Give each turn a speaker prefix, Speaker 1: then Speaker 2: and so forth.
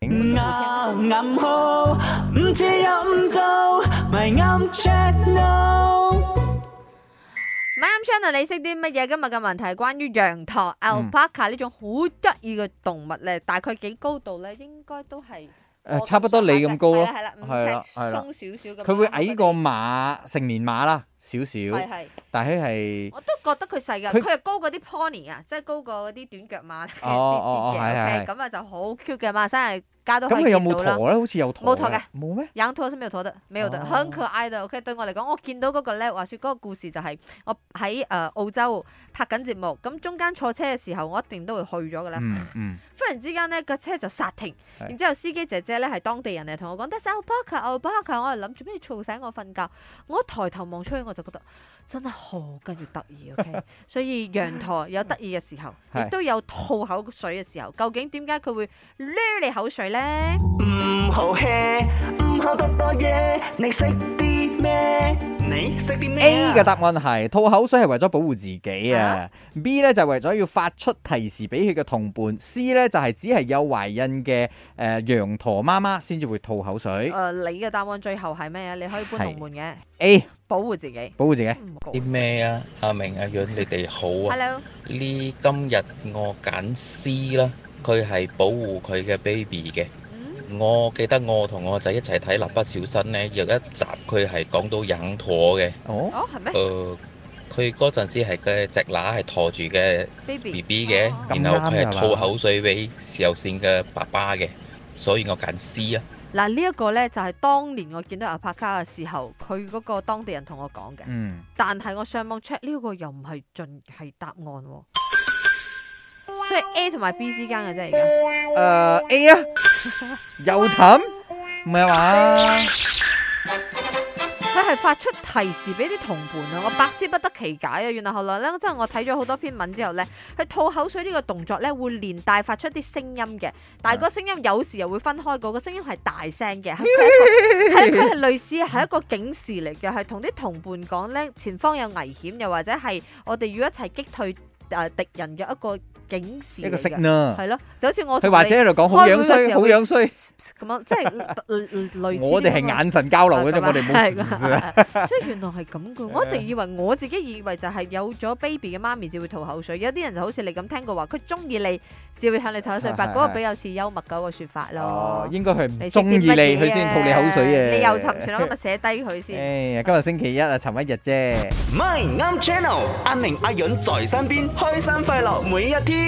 Speaker 1: 嗯暗號，唔似飲酒，咪啱 check no。
Speaker 2: 啱 Channel，你識啲乜嘢？今日嘅問題係關於羊駝
Speaker 3: 嗯
Speaker 2: alpaca 呢種好得意嘅動物咧，大概幾高度咧？應該都係我
Speaker 3: 誒
Speaker 2: 咁
Speaker 3: 差不多你咁高咯，
Speaker 2: 上下
Speaker 3: 係
Speaker 2: 啫係啦
Speaker 3: 啦
Speaker 2: 係
Speaker 3: 係
Speaker 2: 啦，
Speaker 3: 啦
Speaker 2: 五尺鬆少少咁樣。
Speaker 3: 佢會矮過馬成年馬啦少少，
Speaker 2: 係係，
Speaker 3: 但係係
Speaker 2: 我都覺得佢細㗎。
Speaker 3: 佢
Speaker 2: 佢係高過啲 pony 啊，即係高過嗰啲短腳馬呢
Speaker 3: 哦哦哦
Speaker 2: 啲嘢。
Speaker 3: 係係
Speaker 2: OK，咁啊就好 cute 嘅馬生係加都
Speaker 3: 咁
Speaker 2: 可以
Speaker 3: 佢有
Speaker 2: 見
Speaker 3: 冇
Speaker 2: 到啦。
Speaker 3: 駝咧？好似有駝
Speaker 2: 冇駝嘅，
Speaker 3: 冇咩？
Speaker 2: 羊駝是沒有駝的，沒有的，
Speaker 3: 哦
Speaker 2: 很可愛的。OK，對我嚟講，我見到嗰個咧，話説嗰個故事就係、我喺誒、呃澳洲拍緊節目，咁中間坐車嘅時候，我一定都會去咗㗎啦。
Speaker 3: 嗯嗯，
Speaker 2: 忽然之間咧，個車就剎停，
Speaker 3: 係
Speaker 2: 然之後司機姐姐咧係當地人嚟，同我講 That's alpaca alpaca，我係諗做咩要嘈醒我瞓覺？我一抬頭望出去，我就覺得真係好緊要得意，OK？所以羊駝有得意嘅時候，
Speaker 3: 係
Speaker 2: 亦都有吐口水嘅時候，究竟點解佢會攣你口水咧？
Speaker 1: 唔好 hea，唔好多多嘢，你識啲咩？你識啲咩
Speaker 3: A
Speaker 1: 啊
Speaker 3: 嘅答案係吐口水係為咗保護自己啊
Speaker 2: 啊
Speaker 3: ，B 咧就係為咗要發出提示俾佢嘅同伴，C 咧就係只係有懷孕嘅誒羊駝媽媽先至會吐口水
Speaker 2: 誒、。呃你嘅答案最後係咩啊？你可以搬龍門嘅，
Speaker 3: A
Speaker 2: 保護自己。
Speaker 3: 保護自己，
Speaker 2: 嗯
Speaker 4: 啲咩啊？阿明、阿潤，你哋好啊！
Speaker 2: ？Hello，
Speaker 4: 呢今日我揀 C 啦，佢係保護佢嘅 baby 嘅。
Speaker 2: 嗯，
Speaker 4: 我記得我同我仔一齊睇《蠟筆小新》呢，有一集佢係講到羊駝嘅。
Speaker 3: 哦，
Speaker 2: 哦係咩
Speaker 4: 誒、佢嗰陣時係嘅隻乸係駝住嘅
Speaker 2: Baby
Speaker 4: B B 嘅
Speaker 2: 哦，
Speaker 4: 然後佢
Speaker 3: 咁啱㗎
Speaker 4: 係
Speaker 3: 嘛
Speaker 4: 吐口水俾豉油線嘅爸爸嘅，所以我揀 C 啊。
Speaker 2: 嗱呢一個咧就係、當年我見到阿帕卡嘅時候，佢嗰個當地人同我講嘅。
Speaker 3: 嗯，
Speaker 2: 但係我上網 check 呢個又唔係盡係答案喎，所以 A 同埋 B 之間嘅啫而家。
Speaker 3: 誒 A 啊，又沉，唔係嘛？
Speaker 2: 佢係發出提示俾啲同伴啊！我百思不得其解啊！原來後來咧，即係我睇咗好多篇文之後咧，佢吐口水呢個動作咧會連帶發出啲聲音嘅，
Speaker 3: 啊
Speaker 2: 但係嗰個聲音有時又會分開嗰個聲音係大聲嘅，係佢 一個係佢係類似係一個警示嚟嘅，係同啲同伴講咧前方有危險，又或者係我哋要一齊擊退誒、呃敵人嘅一個警示
Speaker 3: 一
Speaker 2: 嚟
Speaker 3: 個
Speaker 2: 嘅
Speaker 3: signal。。啊
Speaker 2: 係咯，就好似我
Speaker 3: 佢
Speaker 2: 同
Speaker 3: 或
Speaker 2: 你
Speaker 3: 者喺度講好樣
Speaker 2: 開會嘅
Speaker 3: 衰，
Speaker 2: 時候
Speaker 3: 好
Speaker 2: 會
Speaker 3: 樣衰。
Speaker 2: 咁 樣，即係類似
Speaker 3: 我哋係眼神
Speaker 2: 啊
Speaker 3: 交流嘅啫，我哋冇事啊。
Speaker 2: 冇所以原來係咁嘅，我一直以為我自己以為就係有咗 baby 嘅媽咪至會吐口水，有啲人就好似你咁聽過話，佢中意你至會向你吐口水，
Speaker 3: 係
Speaker 2: 但嗰個
Speaker 3: 係
Speaker 2: 比較似幽默嗰個説法咯
Speaker 3: 哦，。應該佢
Speaker 2: 你
Speaker 3: 唔
Speaker 2: 識啲
Speaker 3: 中意你，
Speaker 2: 乜嘢啊
Speaker 3: 佢先吐你口
Speaker 2: à.
Speaker 3: 水嘅。
Speaker 2: 你又沉船，我今日寫低佢
Speaker 3: 誒，
Speaker 2: 先。
Speaker 3: 今日星期一啊，沉一日啫。
Speaker 1: ？My 啱 channel，阿明阿允在身邊，開心快樂每一天。